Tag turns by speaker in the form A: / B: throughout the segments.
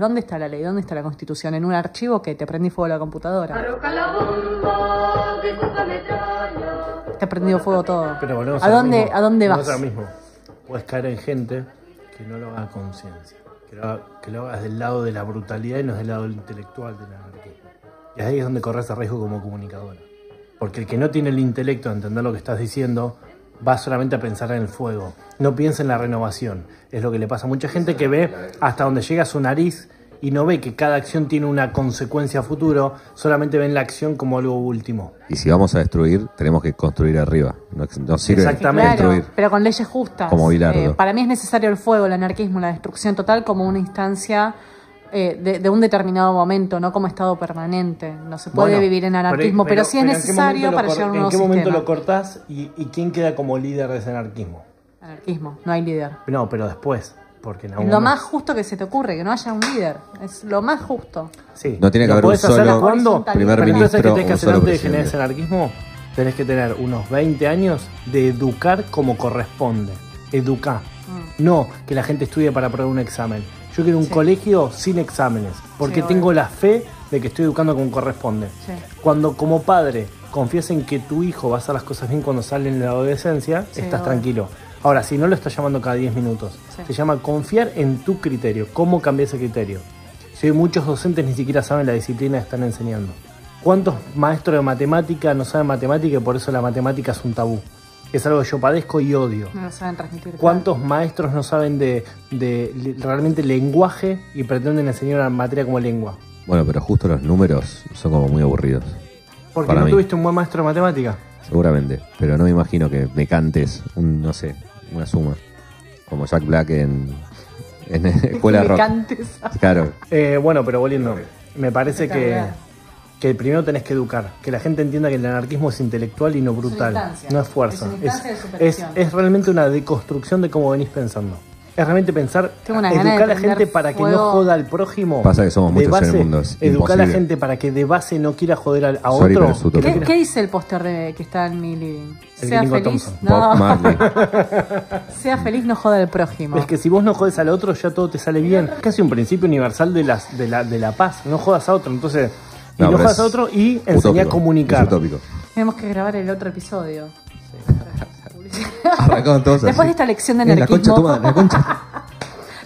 A: ¿Dónde está la ley? ¿Dónde está la constitución? En un archivo que te prendí fuego a la computadora.
B: Arroja la bomba, que ocupa metralla.
A: Te ha prendido fuego todo.
C: Pero volvemos
A: ¿A
C: lo
A: dónde,
C: mismo.
A: ¿A dónde vas?
C: Volvemos a lo mismo. Puedes caer en gente que no lo haga a conciencia. Que, lo haga- que lo hagas del lado de la brutalidad y no del lado intelectual de la anarquía. Y ahí es donde corres el riesgo como comunicadora. Porque el que no tiene el intelecto de entender lo que estás diciendo va solamente a pensar en el fuego. No piensa en la renovación. Es lo que le pasa a mucha gente que ve hasta donde llega su nariz y no ve que cada acción tiene una consecuencia a futuro. Solamente ven la acción como algo último.
D: Y si vamos a destruir, tenemos que construir arriba. No, ex- no sirve
C: Exactamente.
A: Claro,
D: construir.
A: pero con leyes justas. Eh,
D: Como Bilardo.
A: para mí es necesario el fuego, el anarquismo, la destrucción total como una instancia eh, de, de un determinado momento, no como estado permanente. No se puede
C: Bueno,
A: vivir en anarquismo, pero, sí es
C: pero ¿en qué momento
A: necesario
C: lo
A: para
C: cor-
A: llegar a un
C: ¿En
A: nuevo
C: qué momento
A: sistema.
C: lo cortás y, y quién queda como líder de ese anarquismo?
A: Anarquismo, no hay líder.
C: No, pero después, porque en algún
A: Lo más
C: momento-
A: justo que se te ocurre, que no haya un líder. Es lo más justo.
C: Sí.
D: No tiene que
C: ¿Lo
D: haber un
C: podés hacer
D: solo
C: cuándo?
A: primer
C: Pero entonces,
D: ministro,
C: ¿qué tenés que
D: un
C: hacer
D: solo
C: antes de generar ese
D: presidente.
C: anarquismo? Tenés que tener unos 20 años de educar como corresponde. Educá. No que la gente estudie para probar un examen. Yo quiero un
A: Mm. Sí.
C: colegio sin exámenes, porque
A: obvio.
C: tengo la fe de que estoy educando como corresponde.
A: Sí.
C: Cuando como padre confías en que tu hijo va a hacer las cosas bien cuando sale en la adolescencia,
A: Sí,
C: estás
A: obvio.
C: tranquilo. Ahora, si no lo estás llamando cada 10 minutos,
A: Sí.
C: se llama confiar en tu criterio. ¿Cómo cambiar ese criterio? Si hoy muchos docentes ni siquiera saben la disciplina que están enseñando. ¿Cuántos maestros de matemática no saben matemática y por eso la matemática es un tabú? Es algo que yo padezco y odio.
A: No lo saben transmitir.
C: ¿Cuántos maestros no saben de, de li- realmente lenguaje y pretenden enseñar una materia como lengua?
D: Bueno, pero justo los números son como muy aburridos.
C: Porque
D: Para
C: no
D: mí.
C: tuviste un buen maestro de matemática.
D: Seguramente. Pero no me imagino que me cantes, un, no sé, una suma. Como Jack Black en, en Escuela Rock.
A: Picantes.
D: Claro.
C: Eh, bueno, pero volviendo, me parece
A: Está
C: que,
A: bien.
C: que primero tenés que educar, que la gente entienda que el anarquismo es intelectual y no brutal,
A: instancia.
C: no es fuerza.
A: Es una instancia de
C: es,
A: superación.
C: es realmente una deconstrucción de cómo venís pensando. Es realmente pensar,
A: Tengo una
C: educar
A: gana de
C: a la
A: prender
C: gente para que
A: fuego.
C: no joda al prójimo.
D: Pasa que somos
C: De
D: muchos en el
C: base,
D: mundo, es
C: Educar a la
D: imposible.
C: gente para que de base no quiera joder al- a,
D: Sorry,
C: otro.
D: pero es
C: que
D: utópico.
A: ¿Qué,
C: no
A: qué
C: quiera-
A: dice el póster de que está en mi living?
C: El
A: sea
C: gringo
A: feliz.
C: Thompson.
D: Bob
A: No,
D: Marley.
A: sea feliz, no joda al prójimo.
C: Es que si vos no jodes al otro, ya todo te sale bien. Es casi un principio universal de, las, de, la, de la paz. No jodas a otro. Entonces, y no,
D: No, pero
C: jodas
D: es
C: a otro y enseñá
D: utópico,
C: a comunicar.
D: Es utópico.
A: Tenemos que grabar el otro episodio.
D: Arrancamos todos
A: Después
D: así.
A: de esta lección de
D: En la concha,
A: anarquismo.
D: toma, en la concha.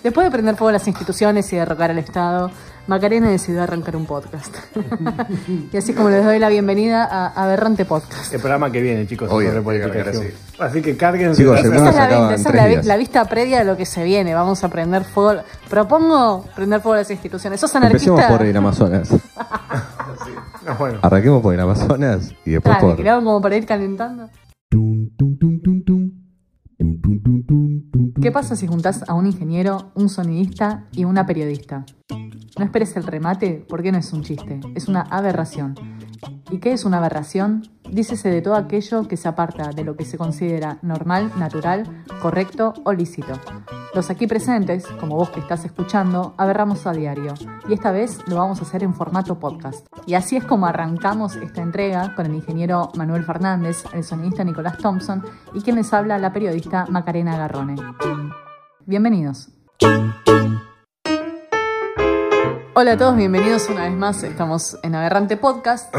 A: Después de prender fuego a las instituciones y derrocar al Estado, Macarena decidió arrancar un podcast. y así es como les doy la bienvenida a Aberrante Podcast.
C: El programa que viene, chicos,
D: Obvio,
C: sobre
D: hay que arrancar
C: politicación. Así que cárguense.
D: Chicos,
C: Gracias.
A: Esa
D: seguro
A: es la,
D: se acaban
A: venta, esa es
D: tres
A: la ve-
D: días.
A: la vista previa de lo que se viene. Vamos a prender fuego. Propongo prender fuego a las instituciones. ¿Sos
D: Empecemos
A: anarquista?
D: por el Amazonas.
C: No, bueno.
D: Arranquemos por el Amazonas y después
A: Dale,
D: por.
A: tiramos como para ir calentando. ¿Qué pasa si juntás a un ingeniero, un sonidista y una periodista? No esperes el remate porque no es un chiste, es una aberración. ¿Y qué es una aberración? Dícese de todo aquello que se aparta de lo que se considera normal, natural, correcto o lícito. Los aquí presentes, como vos que estás escuchando, aberramos a diario. Y esta vez lo vamos a hacer en formato podcast. Y así es como arrancamos esta entrega con el ingeniero Manuel Fernández, el sonidista Nicolás Thompson y quien les habla la periodista Macarena Garrone. Bienvenidos. Hola a todos, bienvenidos una vez más. Estamos en Aberrante Podcast.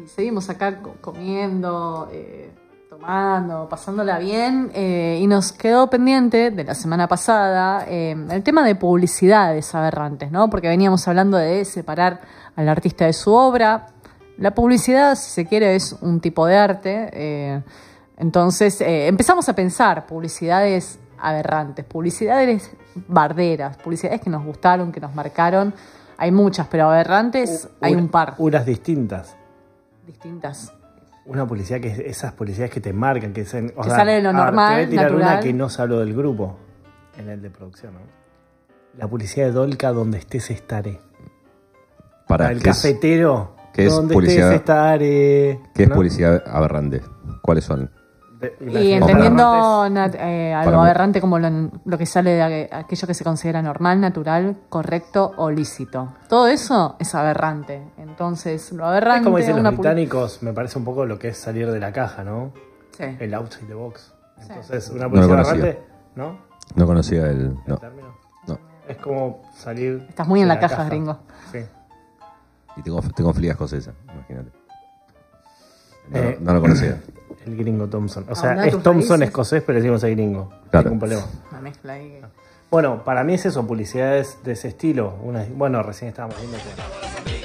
A: y seguimos acá co- comiendo, eh, tomando, pasándola bien. eh, y nos quedó pendiente de la semana pasada eh, el tema de publicidades aberrantes, ¿no? Porque veníamos hablando de separar al artista de su obra. La publicidad, si se quiere, es un tipo de arte. eh, entonces eh, empezamos a pensar publicidades aberrantes, publicidades barderas, publicidades que nos gustaron, que nos marcaron. Hay muchas, pero aberrantes
C: Uh,
A: hay un par
C: Unas distintas.
A: distintas.
C: Una publicidad que es esas publicidades que te marcan, que, dicen, o
A: Que sale de lo
C: a ver,
A: normal,
C: Te voy a tirar
A: natural.
C: una que no se habló del grupo en el de producción. ¿no? La publicidad de Dolca, donde estés estaré.
D: Para
C: el
D: ¿qué es-
C: cafetero.
D: qué es
C: donde
D: publicidad?
C: estés estaré.
D: ¿Qué es
C: ¿no?
D: publicidad aberrante? ¿Cuáles son?
C: De-
A: Y
C: las-
A: entendiendo nat- eh,
D: Para
A: algo
D: mí-
A: aberrante como lo, lo que sale de aque- aquello que se considera normal, natural, correcto o lícito. Todo eso es aberrante. Entonces, lo aberrante...
C: Es como dicen los
A: una pu-
C: británicos, me parece un poco lo que es salir de la caja, ¿no?
A: Sí.
C: El outside the box.
A: Sí.
C: Entonces, una
D: No lo
C: publicidad
D: conocía.
C: aberrante, ¿no?
D: No conocía el.
C: ¿El
D: No,
C: término?
D: no.
C: Es Es como salir.
A: Estás muy en
C: de
A: la caja, gringo.
C: Sí.
D: Y tengo, tengo flias con esa, imagínate. No,
C: Eh.
D: no lo conocía.
C: El gringo Thompson. O
A: Hablá
C: sea,
A: de
C: es
A: Ah, tus
C: Thompson
A: raíces.
C: escocés, pero decimos el gringo.
D: Claro.
C: Ningún problema.
A: Una mezcla ahí. que-
C: Bueno, para mí es eso, publicidades de ese estilo. Una- bueno, recién estábamos viendo que.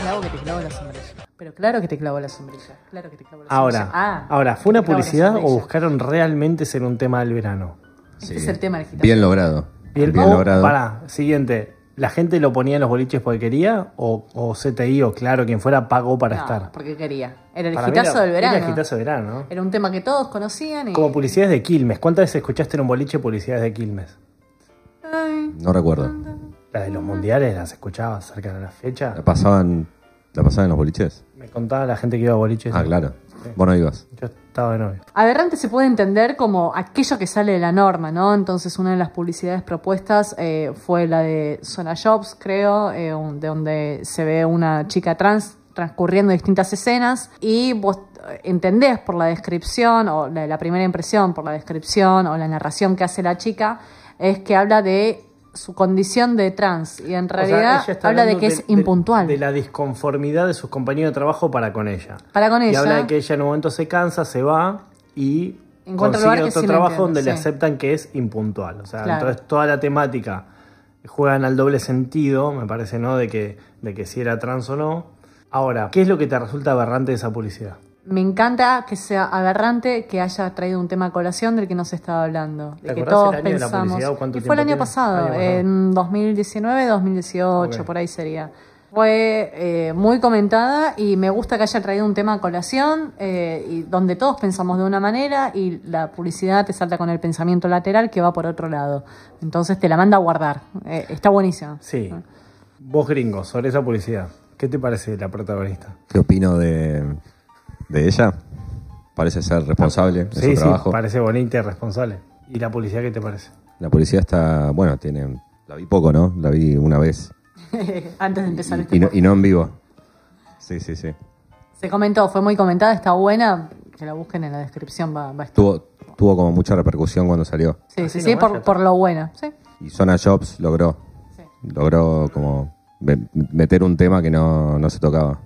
A: Claro que te clavo la sombrilla. Pero claro que te clavo la sombrilla. Claro que te clavo la
C: Ahora,
A: sombrilla. Ah,
C: ahora, ¿fue una
A: te clavo la
C: publicidad o
A: sombrilla.
C: buscaron realmente ser un tema del verano?
A: Este
D: Sí.
A: es el tema del gitano.
D: Bien logrado. Bien,
C: o,
D: logrado.
C: Pará, siguiente. ¿La gente lo ponía en los boliches porque quería? ¿O, o CTI o claro, quien fuera pagó para
A: No,
C: estar?
A: Porque quería. Era el
C: Para mí
A: gitazo
C: era-
A: del verano.
C: Era el gitazo del verano. ¿no?
A: Era un tema que todos conocían y.
C: Como publicidades de Quilmes. ¿Cuántas veces escuchaste en un boliche publicidades de Quilmes?
A: Ay,
D: No recuerdo.
C: Las de los mundiales las escuchaba cerca de la fecha.
D: ¿La pasaban, ¿La pasaban en los boliches?
C: Me contaba la gente que iba a boliches.
D: Ah, claro. Vos no ibas.
C: Yo estaba de novio.
A: Aberrante se puede entender como aquello que sale de la norma, ¿no? Entonces una de las publicidades propuestas eh, fue la de Zona Jobs, creo, eh, un- de donde se ve una chica trans transcurriendo distintas escenas y vos eh, entendés por la descripción o la, la primera impresión por la descripción o la narración que hace la chica es que habla de su condición de trans y en
C: O sea,
A: realidad
C: ella está
A: habla de
C: hablando
A: que es impuntual.
C: De, la disconformidad de sus compañeros de trabajo para con ella.
A: Para con
C: Y
A: ella.
C: habla de que ella en un momento se cansa, se va y
A: Encuentra un lugar
C: consigue
A: que
C: otro
A: sí lo
C: trabajo
A: entiende,
C: donde le
A: sí.
C: aceptan que es impuntual. O sea,
A: Claro.
C: entonces toda la temática juegan al doble sentido, me parece, ¿no? De que, de que si era trans o no. Ahora, ¿qué es lo que te resulta aberrante de esa publicidad?
A: Me encanta que sea aberrante que haya traído un tema a colación del que no se estaba hablando.
C: ¿Te
A: De que
C: acordás
A: todos
C: el año de la
A: pensamos.
C: publicidad o cuánto
A: y fue el
C: tiempo
A: año
C: tiene?
A: pasado,
C: Año pasado.
A: en 2019, 2018,
C: Ok.
A: por ahí sería. Fue eh, muy comentada y me gusta que haya traído un tema a colación eh, y donde todos pensamos de una manera y la publicidad te salta con el pensamiento lateral que va por otro lado. Entonces te la manda a guardar. Eh, está buenísimo.
C: Sí. Vos gringo, sobre esa publicidad, ¿qué te parece la protagonista?
D: ¿Qué opino de, de ella? Parece ser responsable de
C: sí,
D: su
C: sí,
D: trabajo.
C: parece bonita y responsable. ¿Y la publicidad qué te parece?
D: La policía está, bueno, tiene, la vi poco, ¿no? La vi una vez.
A: Antes de empezar este
D: Y, y no, y no en vivo. Sí, sí, sí.
A: Se comentó, fue muy comentada, está buena. Que la busquen en la descripción, va, va a estar.
D: Tuvo, tuvo como mucha repercusión cuando salió.
A: Sí, sí,
C: Así
A: sí,
C: nomás ya
A: por,
C: está.
A: por lo buena. Sí.
D: Y Zona Jobs logró,
A: Sí.
D: logró como me- meter un tema que no, no se tocaba.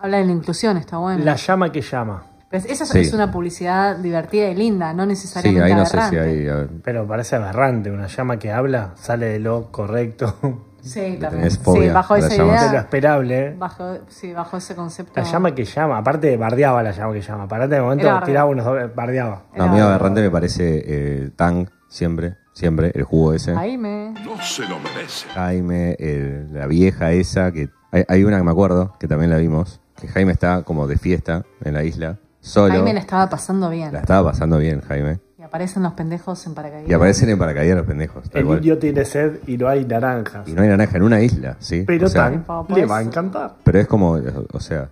A: Habla de la inclusión, está bueno.
C: La llama que llama.
A: Pero esa es-
D: Sí.
A: es una publicidad divertida y linda, no
D: Sí,
A: necesariamente
D: ahí no sé si
A: aberrante.
D: ahí a ver,
C: Pero parece aberrante, una llama que habla sale de lo correcto,
A: Sí, también.
D: tenés fobia
A: Sí, bajo
D: a la
A: esa
D: llama.
C: de lo
A: idea,
C: esperable. ¿eh?
A: bajo, sí, bajo ese concepto.
C: La llama que llama, aparte bardeaba la llama que llama, parate de momento
A: Era barba.
C: tiraba unos dobles- bardeaba.
D: No, a mí aberrante me parece eh, Tang, siempre, siempre, el jugo ese.
A: Ahí me...
E: No se lo merece.
D: Jaime, el- la vieja esa, que hay, hay una que me acuerdo, que también la vimos, que Jaime está como de fiesta en la isla, solo.
A: Ahí me la estaba pasando bien.
D: La estaba pasando bien, Jaime.
A: Y aparecen los pendejos en paracaídas.
D: Y aparecen en paracaídas los pendejos. tal
C: El
D: cual.
C: indio tiene sed y no hay naranjas.
D: Y no hay naranja en una isla, ¿sí?
C: Pero
D: O sea,
C: tan
A: Por
C: le
A: eso.
C: va a encantar.
D: Pero es como, o sea,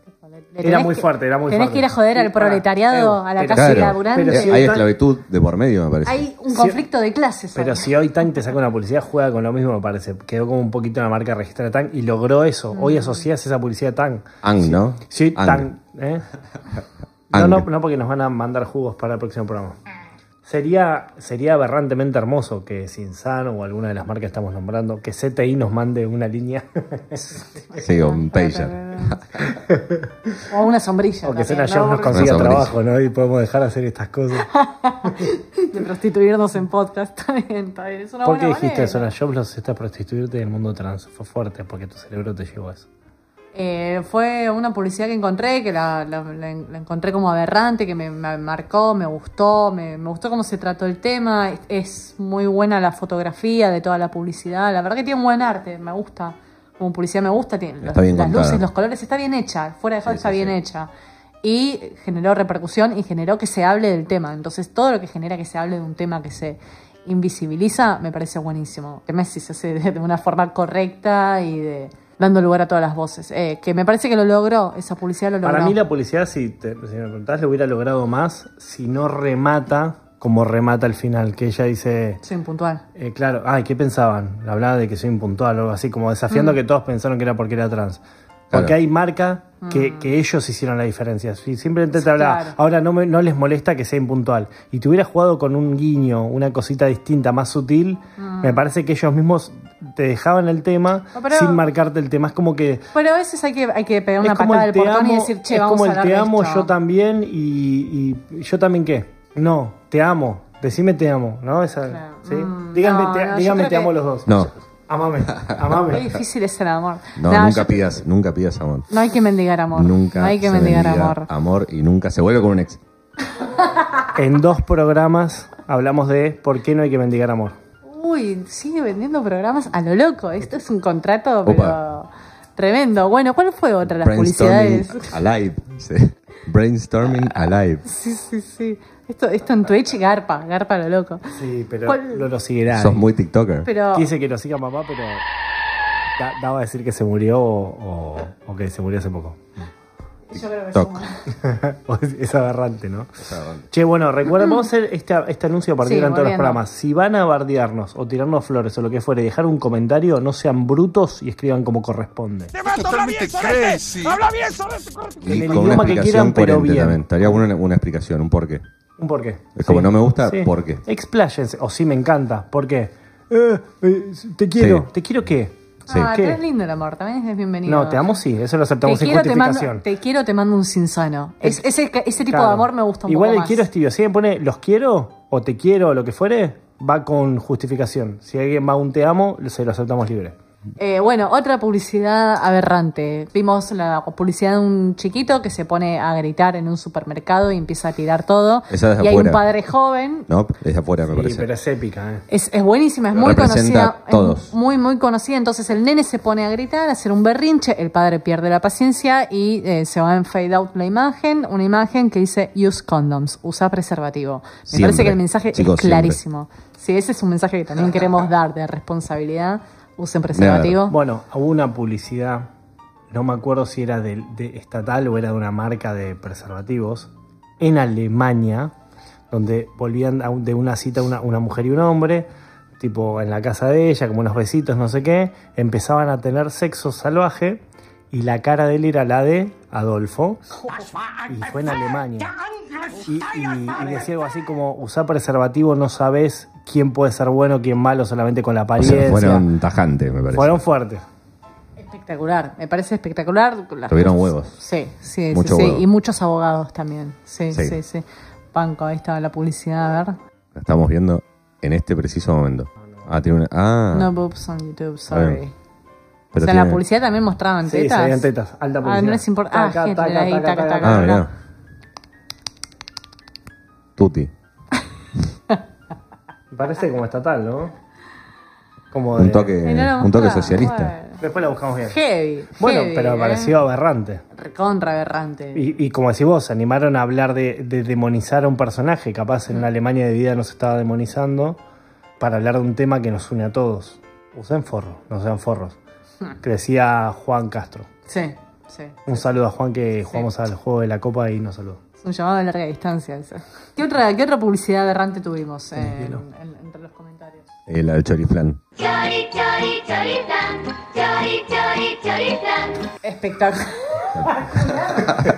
A: Le tenés
C: muy
A: que-
C: fuerte, era muy
A: tenés
C: fuerte.
A: que ir a joder
C: Y
A: al
C: para-
A: proletariado, a la
C: pero-
A: casa
D: claro,
A: laburante.
C: pero si
D: hay
C: está-
D: esclavitud de por medio, me parece.
A: Hay un conflicto de clases.
C: Pero
A: ahí.
C: si hoy Tank te saca una publicidad, juega con lo mismo, me parece. Quedó como un poquito una marca registrada Tank y logró eso.
A: Mm.
C: Hoy asocias esa publicidad Tank.
D: Ang, ¿no?
C: Sí,
D: Ang.
C: tan. ¿eh? No,
D: Ang.
C: no, no, porque nos van a mandar jugos para el próximo programa. Sería, sería aberrantemente hermoso que Sinsan o alguna de las marcas que estamos nombrando, que CTI nos mande una línea
D: Sí, un pager.
A: O una sombrilla.
C: o que
A: también,
C: Cena Jones
A: ¿no?
C: nos consiga
D: Una sombrilla.
C: trabajo, ¿no? Y podemos dejar de hacer estas cosas.
A: de prostituirnos en podcast. Está bien, está bien. Es una
C: ¿Por qué
A: buena
C: dijiste
A: manera.
C: Zona Jobs los está prostituirte del mundo trans? Fue fuerte porque tu cerebro te llevó a eso.
A: Eh, fue una publicidad que encontré, que la, la- la- la encontré como aberrante, que me, me marcó, me gustó, me, me gustó cómo se trató el tema. Es, es muy buena la fotografía de toda la publicidad. La verdad que tiene un buen arte, me gusta. Como publicidad me gusta, tiene los-
D: Está bien
A: las
D: contada.
A: luces, los colores, está bien hecha. Fuera de joda está bien hecha. Y generó repercusión y generó que se hable del tema. Entonces, todo lo que genera que se hable de un tema que se invisibiliza me parece buenísimo. Que Messi se hace de, de una forma correcta y de dando lugar a todas las voces. Eh, que me parece que lo logró, esa publicidad lo logró.
C: Para mí la publicidad, si, te- si me preguntás, lo hubiera logrado más si no remata como remata al final, que ella dice...
A: Soy impuntual.
C: Eh,
A: Mm.
C: claro, ay, ¿qué pensaban? Hablaba de que soy impuntual o algo así, como desafiando que todos pensaron que era porque era trans.
D: Claro.
C: Porque hay marca que,
A: Mm.
C: que ellos hicieron la diferencia. Si simplemente te hablaba,
A: Claro.
C: ahora no, me- no les molesta que sea impuntual. Y te hubiera jugado con un guiño, una cosita distinta, más sutil, me parece que ellos mismos te dejaban el tema
A: No, Mm. Oh, pero-
C: sin marcarte el tema. Es como que.
A: Pero a veces hay que, hay que pegar una
C: es como
A: patada
C: el
A: al
C: te
A: portón
C: amo,
A: y decir, che,
C: es
A: vamos
C: como
A: a
C: el
A: hablar
C: te
A: de
C: amo,
A: esto.
C: yo también y, y yo también qué. No, te amo. Decime te amo, ¿no? Esa,
A: Claro.
C: ¿sí?
A: Mm,
C: díganme
A: no,
C: te,
A: no, yo
C: díganme,
A: creo
C: te
A: que-
C: amo los dos.
D: No.
C: Amame, amame.
A: Qué difícil es el amor.
D: No,
A: Nah,
D: nunca
A: yo-
D: pidas, nunca pidas amor.
A: No hay que mendigar amor.
D: Nunca
A: no hay que
D: se
A: mendigar
D: bendiga
A: amor.
D: Amor y nunca se vuelve con un ex.
C: En dos programas hablamos de por qué no hay que mendigar amor.
A: Uy, sigue vendiendo programas a lo loco. Esto es un contrato, pero
D: Opa.
A: tremendo. Bueno, ¿cuál fue otra de las publicidades?
D: alive. sí. Brainstorming alive.
A: Sí, sí, sí. Esto, esto en Twitch garpa, garpa a lo loco.
C: Sí, pero
A: ¿Cuál?
C: no lo seguirá.
D: Sos muy TikToker.
A: Pero
C: Dice que lo siga papá, pero da- daba a decir que se murió o, o- o que se murió hace poco.
A: yo creo que
D: Toc.
C: O es- es aberrante, ¿no? Che, bueno, recuerda, vamos a hacer este, este anuncio a partir
A: Mm. Sí,
C: de en todos los
A: volviendo.
C: programas. Si van a bardearnos o tirarnos flores o lo que fuere, dejar un comentario, no sean brutos y escriban como corresponde.
E: totalmente crazy.
C: en
D: Y
C: el
D: con
C: idioma
D: una
C: que
D: explicación
C: quieran, pero
D: coherente
C: bien.
D: también. Estaría bueno una, una explicación, un porqué.
C: ¿Un por qué?
D: Es como, no me gusta, ¿por qué?
C: Expláyense. O sí, me encanta. ¿Por qué? Eh, eh, te quiero.
D: Sí.
C: ¿Te quiero qué?
D: Sí.
A: Ah,
C: ¿Qué?
A: pero es lindo el amor, también es bienvenido.
C: No, te amo sí, eso lo
A: Te
C: aceptamos sin
A: quiero, te, mando,
C: justificación.
A: te quiero, te mando un sinsano. Es, ese, ese tipo de
C: Claro.
A: amor me gusta un
C: Igual
A: poco
C: el
A: más.
C: quiero es tibio. Si alguien pone los quiero o te quiero o lo que fuere, va con justificación. Si alguien va a un te amo, se lo aceptamos libre.
A: Eh, bueno, otra publicidad aberrante. Vimos la publicidad de un chiquito que se pone a gritar en un supermercado y empieza a tirar todo.
D: Esa es de
A: y hay un
D: afuera.
A: padre joven.
D: No, es de afuera, me
C: Sí,
D: parece.
C: pero es épica, ¿eh?
A: Es, es buenísima, es muy
D: Representa
A: conocida.
D: a todos.
A: Es muy, muy conocida. Entonces el nene se pone a gritar, a hacer un berrinche, el padre pierde la paciencia y eh, se va en fade out la imagen, una imagen que dice use condoms, usa preservativo. Me
D: Siempre.
A: parece que el mensaje
D: Chicos,
A: es clarísimo. Sí, ese es un mensaje que también queremos dar de responsabilidad. Usen preservativo.
C: Bueno, hubo una publicidad, no me acuerdo si era del- de, estatal o era de una marca de preservativos, en Alemania, donde volvían a un- de una cita una, una mujer y un hombre, tipo en la casa de ella, como unos besitos, no sé qué, empezaban a tener sexo salvaje y la cara de él era la de Adolfo y fue en Alemania. Y, y- y decía algo así como, usar preservativo no sabes quién puede ser bueno, quién malo, solamente con la
D: O
C: apariencia.
D: sea, fueron tajantes, me parece.
C: Fueron fuertes.
A: Espectacular, me parece espectacular. Las-
D: Tuvieron huevos.
A: Sí, sí,
D: Mucho
A: sí, sí.
D: huevo.
A: Y muchos abogados también. Sí, sí,
D: Sí.
A: sí, Banco, ahí estaba la publicidad, a ver.
D: La estamos viendo en este preciso momento. Ah, tiene una. Ah,
A: No boobs on YouTube,
D: A ver,
A: sorry. O
D: pero
A: sea,
D: tiene-
A: la publicidad también mostraban
C: Sí,
A: tetas.
C: se veían tetas, alta publicidad.
A: Ah, no les importa. Ah,
C: Taca,
A: gente,
C: taca,
A: ahí,
C: taca,
A: taca,
C: taca.
A: taca.
D: Ah,
A: acá.
D: mirá. Tuti.
C: Parece como estatal, ¿no? Como de-
D: Un toque,
A: Ay, Eh, no lo
D: Eh, un toque
A: mostraba.
D: socialista.
A: Bueno,
C: Después la buscamos bien.
A: Heavy.
C: Bueno,
A: heavy,
C: pero
A: eh.
C: pareció aberrante.
A: Recontra aberrante.
C: Y, y como decís vos, se animaron a hablar de, de demonizar a un personaje. Capaz en una Alemania de vida nos estaba demonizando para hablar de un tema que nos une a todos. Usen forro, no sean forros. Que decía Juan Castro.
A: Sí, sí.
C: Un saludo a Juan que jugamos al juego de la copa y nos saludó.
A: Es un llamado de larga distancia. eso. ¿Qué otra, qué otra publicidad aberrante tuvimos eh, en- en- entre los comentarios?
D: El, el choriflán.
B: Chori, chori, chori flan. Chori, chori, chori flan.
A: Espectacular.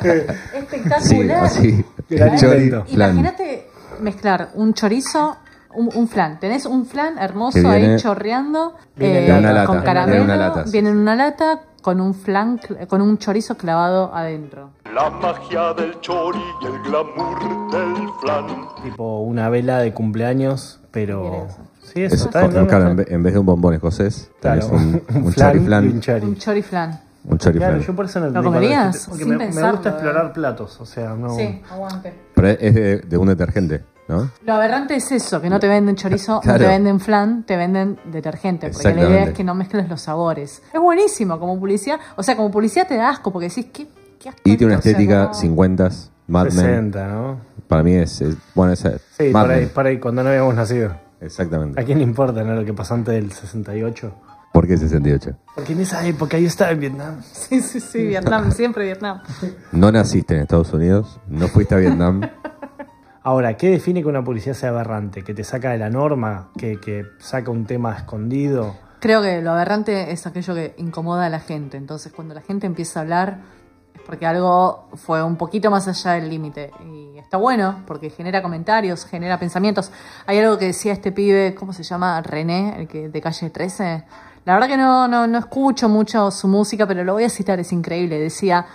D: Sí,
A: Espectacular.
D: así.
C: Gran
D: El chori,
C: invento.
D: flan.
A: Ah, Imagínate mezclar un chorizo, un, un flan. Tenés un flan hermoso
D: Que viene-
A: ahí chorreando eh,
C: Viene
D: en una lata,
A: con
D: viene en
A: caramelo.
D: una lata, sí.
A: Viene en una lata con un flan, cl- con un chorizo clavado adentro.
F: La magia del chori y el glamour del flan.
C: Tipo una vela de cumpleaños, pero.
A: Eso.
C: Sí,
D: Es-
C: eso está
D: claro,
C: bien.
D: en, ve- en vez de un bombón escocés,
C: Claro,
D: tenés un, un
C: flan y
D: choriflán.
C: un chori.
A: Un choriflan.
D: Un choriflán.
C: Claro, yo por eso no
A: ¿Lo
C: entendí cuando
A: comerías?
C: dijiste, Porque
A: Sin
C: me, me
A: pensarlo,
C: gusta
A: eh.
C: explorar platos, o sea,
D: Oh.
C: no.
A: Sí, aguante.
D: Pero es de, de un detergente, ¿no?
A: Lo aberrante es eso, que no te venden chorizo,
D: Claro.
A: no te venden flan, te venden detergente. Porque la idea
D: Exactamente.
A: es que no mezcles los sabores. Es buenísimo como publicidad. O sea, como publicidad te da asco porque decís, ¿qué, qué asco
D: Y tiene una
A: esto? O sea,
D: estética
A: no-
D: 50 Mad Men.
C: 60, ¿no?
D: Para mí es. es- bueno, esa
C: Sí,
D: Mad
C: por ahí,
D: Men.
C: por ahí, cuando no habíamos nacido. ¿A
D: Exactamente.
C: quién le importa, no? Lo que pasó antes del 68.
D: ¿Por qué 68?
C: Porque en esa época yo estaba en Vietnam.
A: Sí, sí, sí, Vietnam, siempre Vietnam.
D: No naciste en Estados Unidos, no fuiste a Vietnam.
C: Ahora, ¿qué define que una publicidad sea aberrante? ¿Que te saca de la norma? ¿Que, que saca un tema escondido?
A: Creo que lo aberrante es aquello que incomoda a la gente. Entonces, cuando la gente empieza a hablar, es porque algo fue un poquito más allá del límite. Y está bueno, porque genera comentarios, genera pensamientos. Hay algo que decía este pibe, ¿cómo se llama? René, el que de calle 13. La verdad que no, no, no escucho mucho su música, pero lo voy a citar, es increíble. Decía,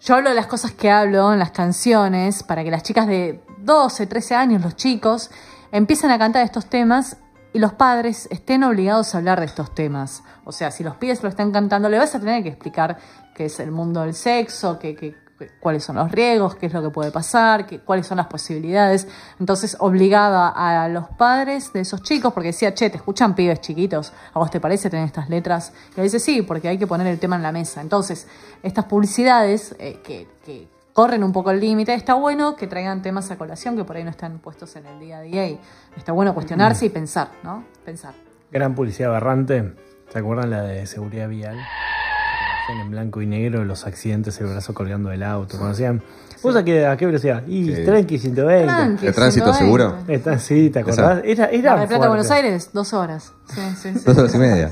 A: yo hablo de las cosas que hablo en las canciones para que las chicas de 12, 13 años, los chicos, empiecen a cantar estos temas y los padres estén obligados a hablar de estos temas. O sea, si los pibes lo están cantando, le vas a tener que explicar qué es el mundo del sexo, qué, qué- qué- cuáles son los riesgos, qué es lo que puede pasar, qué, cuáles son las posibilidades. Entonces obligaba a los padres de esos chicos, porque decía, che, te escuchan pibes chiquitos, ¿a vos te parece tener estas letras? Y le dice, sí, porque hay que poner el tema en la mesa. Entonces, estas publicidades eh, que- que corren un poco el límite. Está bueno que traigan temas a colación que por ahí no están puestos en el día a día. y está bueno
D: Mm.
A: cuestionarse y pensar, ¿no? Pensar.
C: Gran publicidad aberrante. ¿Se acuerdan la de seguridad vial? Que hacían En blanco y negro, los accidentes, el brazo colgando del auto. Cuando decían, ¿vos a qué, a qué velocidad? Y
D: Sí.
C: tranqui, 120.
A: Tranqui,
D: ¿De tránsito
A: 120.
D: seguro?
C: Está- sí, ¿te acordás? Era, era
A: Mar del Plata,
C: fuerte.
A: Buenos Aires, dos horas. Sí, sí, sí.
D: Dos horas y media.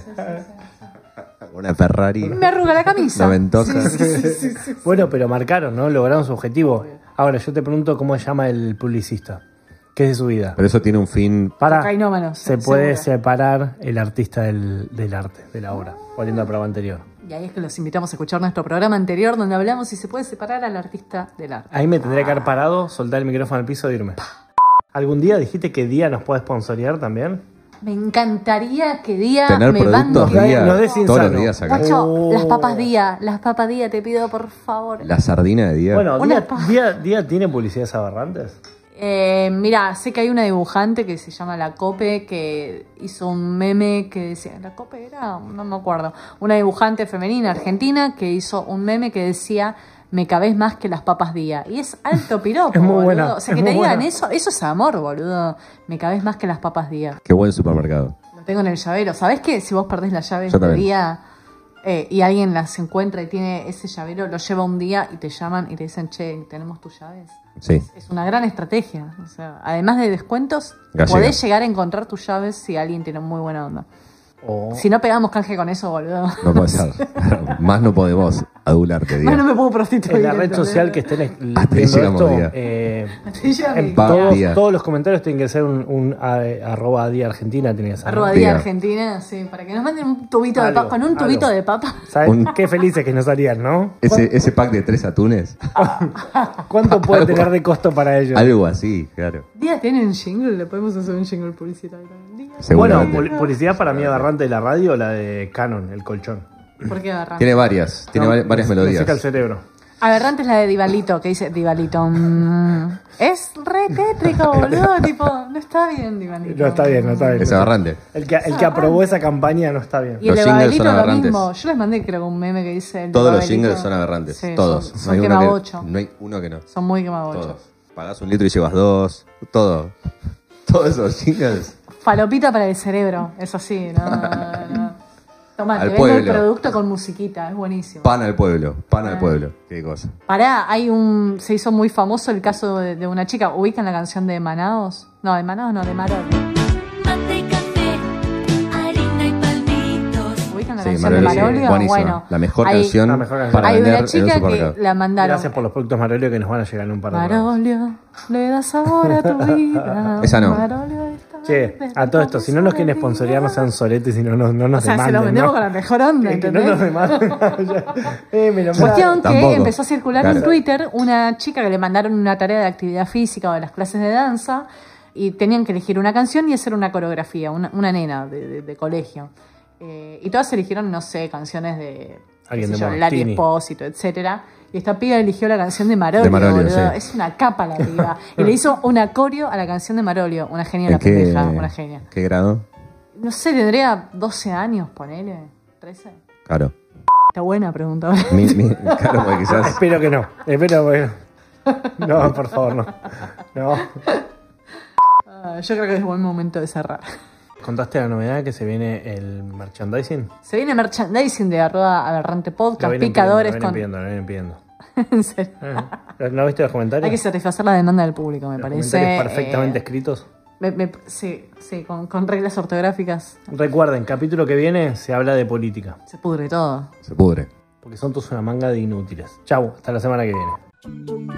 D: Una Ferrari.
A: Me arruga la camisa.
D: Noventosa.
A: Sí, sí, sí.
C: Bueno, pero marcaron, ¿no? Lograron su objetivo. Ahora, yo te pregunto cómo se llama el publicista. ¿Qué es de su vida?
D: Pero eso tiene un fin.
C: Para,
A: Cocainómano,
C: se puede
A: seguro.
C: separar el artista del, del arte, de la obra. Volviendo al programa anterior.
A: Y ahí es que los invitamos a escuchar nuestro programa anterior donde hablamos si se puede separar al artista del arte.
C: Ahí me tendría que haber parado, soltar el micrófono al piso e irme. ¿Algún día dijiste que Día nos puede sponsorear también?
A: Me encantaría que día
D: Tener
A: me mando.
D: productos
C: banco.
D: día,
C: No des
D: todos los
C: insano.
D: días acá.
A: Guacho,
C: Oh.
A: las papas día, las papas día, te pido por favor.
D: La sardina de día.
C: Bueno,
A: Una
C: Día,
A: pa-
C: Día- Día tiene publicidades aberrantes.
A: Eh, mira, sé que hay una dibujante que se llama La Cope que hizo un meme que decía, La Cope era, no me acuerdo, una dibujante femenina argentina que hizo un meme que decía, me cabés más que las papas día. Y es alto piropo,
C: Es muy
A: boludo.
C: buena,
A: o sea,
C: es
A: que te
C: muy
A: digan
C: buena.
A: eso, eso es amor, boludo. Me cabés más que las papas día.
D: Qué buen supermercado.
A: Lo tengo en el llavero. ¿Sabés qué? Si vos perdés las llaves
D: Yo
A: de
D: también.
A: día eh, y alguien las encuentra y tiene ese llavero, lo lleva un día y te llaman y te dicen, che, tenemos tus llaves.
D: Sí.
A: Es una gran estrategia. O sea, además de descuentos,
D: Gallega.
A: podés llegar a encontrar tus llaves si alguien tiene muy buena onda.
C: O
A: Si no pegamos canje con eso, boludo.
D: Oh. No puede ser. Más no podemos adularte,
A: Más no
D: día.
A: me puedo prostituir.
C: en la red
A: ¿entendés?
C: social que estén ex-
D: Hasta ahí
C: viendo
D: llegamos,
C: esto,
D: Día.
C: eh,
A: Sí, ya
C: en
A: vi.
D: Pa-
C: todos,
D: Día.
C: todos los comentarios tienen que ser un, un, eh, arroba Día Argentina. Tiene que ser.
A: Arroba
D: Día.
A: día Argentina, sí, para que nos manden un tubito de
C: Algo,
A: papa. Con un
C: algo.
A: tubito de papa.
C: ¿Sabes?
D: Un-
C: Qué felices que nos harían, ¿no?
D: Ese, ese pack de tres atunes.
C: ¿Cuánto puede tener de costo para ellos?
D: Algo así, claro.
A: Día tiene un jingle, le podemos hacer un jingle publicitario. Día.
C: Bueno,
D: Seguramente.
C: pul- publicidad para mí aberrante de la radio, la de Canon, el colchón.
A: ¿Por qué agarramos?
D: tiene varias. Tiene
C: No,
D: vari- varias
C: me- Me
D: melodías.
C: seca el cerebro.
A: Aberrante es la de Divalito, que dice Divalito. mm, es re tétrico, boludo. tipo, no está bien Divalito.
C: No está bien, no está bien.
D: Es aberrante.
C: El que, el que aprobó esa campaña no está bien.
A: Y el
D: Los
A: de
D: jingles
A: Babelito
D: son
A: lo
D: aberrantes.
A: mismo. Yo les mandé, creo, un meme que dice. el de
D: Todos los
A: Babelito.
D: jingles son aberrantes.
A: Sí,
D: todos.
A: Son, son quema
D: uno
A: bocho.
D: que, no hay uno que no.
A: Son muy quema bocho.
D: Todos. Pagás un litro y llevas dos. Todo. Todos esos jingles.
A: Falopita para el cerebro. Es así, ¿no? no, no. Tomá,
D: Al
A: te vendo el
D: pueblo.
A: producto con musiquita. Es buenísimo.
D: Pan al pueblo. Pan
A: Ah.
D: al pueblo. Qué cosa.
A: Pará, hay un. Se hizo muy famoso el caso de, de una chica. ¿Ubican la canción de Manaos? No, de Manaos no, de Marol.
G: Mate y café, harina y palmitos.
A: ¿Ubican la
D: Sí,
A: canción de
D: Marolio, sí,
A: Marolio?
D: buenísima.
A: Bueno,
D: la mejor
A: hay-
D: canción
C: La mejor canción.
D: para
A: Hay
D: vender
A: una chica
D: en un
A: que
D: supermercado.
A: la mandaron.
C: Gracias por los productos Marolio que nos van a llegar en un par de programas.
A: Marolio, le das sabor a tu vida.
D: Esa no.
A: Marolio está
C: Che, a todo esto, si no nos quieren sponsorear, no sean soletes y no, no, no nos
A: O sea, se
C: demanden.
A: los vendemos
C: ¿no?
A: con la mejor onda,
C: Es que
A: ¿entendés?
C: Este, no nos demanden. Ya. eh, me lo
A: Cuestión que
D: Tampoco.
A: empezó a circular en
D: Claro.
A: Twitter una chica que le mandaron una tarea de actividad física o de las clases de danza y tenían que elegir una canción y hacer una coreografía, una, una nena de, de- de colegio. Eh, y todas eligieron, no sé, canciones de,
C: Alguien
A: qué sé
C: de
A: yo, Lali
C: Moschini.
A: Espósito, etcétera. Y esta piba eligió la canción de Marolio,
D: De Marolio,
A: boludo.
D: sí.
A: Es una capa la piba. y le hizo una coreo a la canción de Marolio. Una genia la
D: ¿En qué-
A: pendeja, una genia.
D: ¿Qué grado?
A: No sé, tendría 12 años, ponele. 13.
D: Claro.
A: Está buena pregunta.
D: Mi- mi- claro, porque quizás.
C: Espero que no. Espero que no. No, por favor, no. No.
A: Ah, Yo creo que es buen momento de cerrar.
C: ¿Contaste la novedad que se viene el merchandising?
A: Se viene merchandising de arroba aberrante
C: Lo
A: podcast,
C: vienen
A: picadores
C: pidiendo, Lo vienen pidiendo, lo
A: con... En serio.
C: vienen pidiendo. Eh, ¿No viste los comentarios?
A: Hay que satisfacer la demanda del público, me
C: los
A: parece.
C: comentarios perfectamente
A: Eh,
C: escritos.
A: Me- me- sí, sí, con, con reglas ortográficas
C: Recuerden, capítulo que viene se habla de política.
A: se pudre todo.
D: Se pudre.
C: Porque son todos una manga de inútiles. Chau, hasta la semana que viene.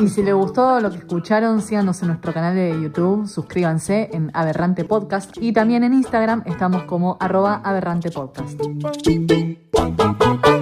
A: Y si les gustó lo que escucharon, síganos en nuestro canal de YouTube, suscríbanse en Aberrante Podcast y también en Instagram estamos como arroba aberrante podcast.
G: Thank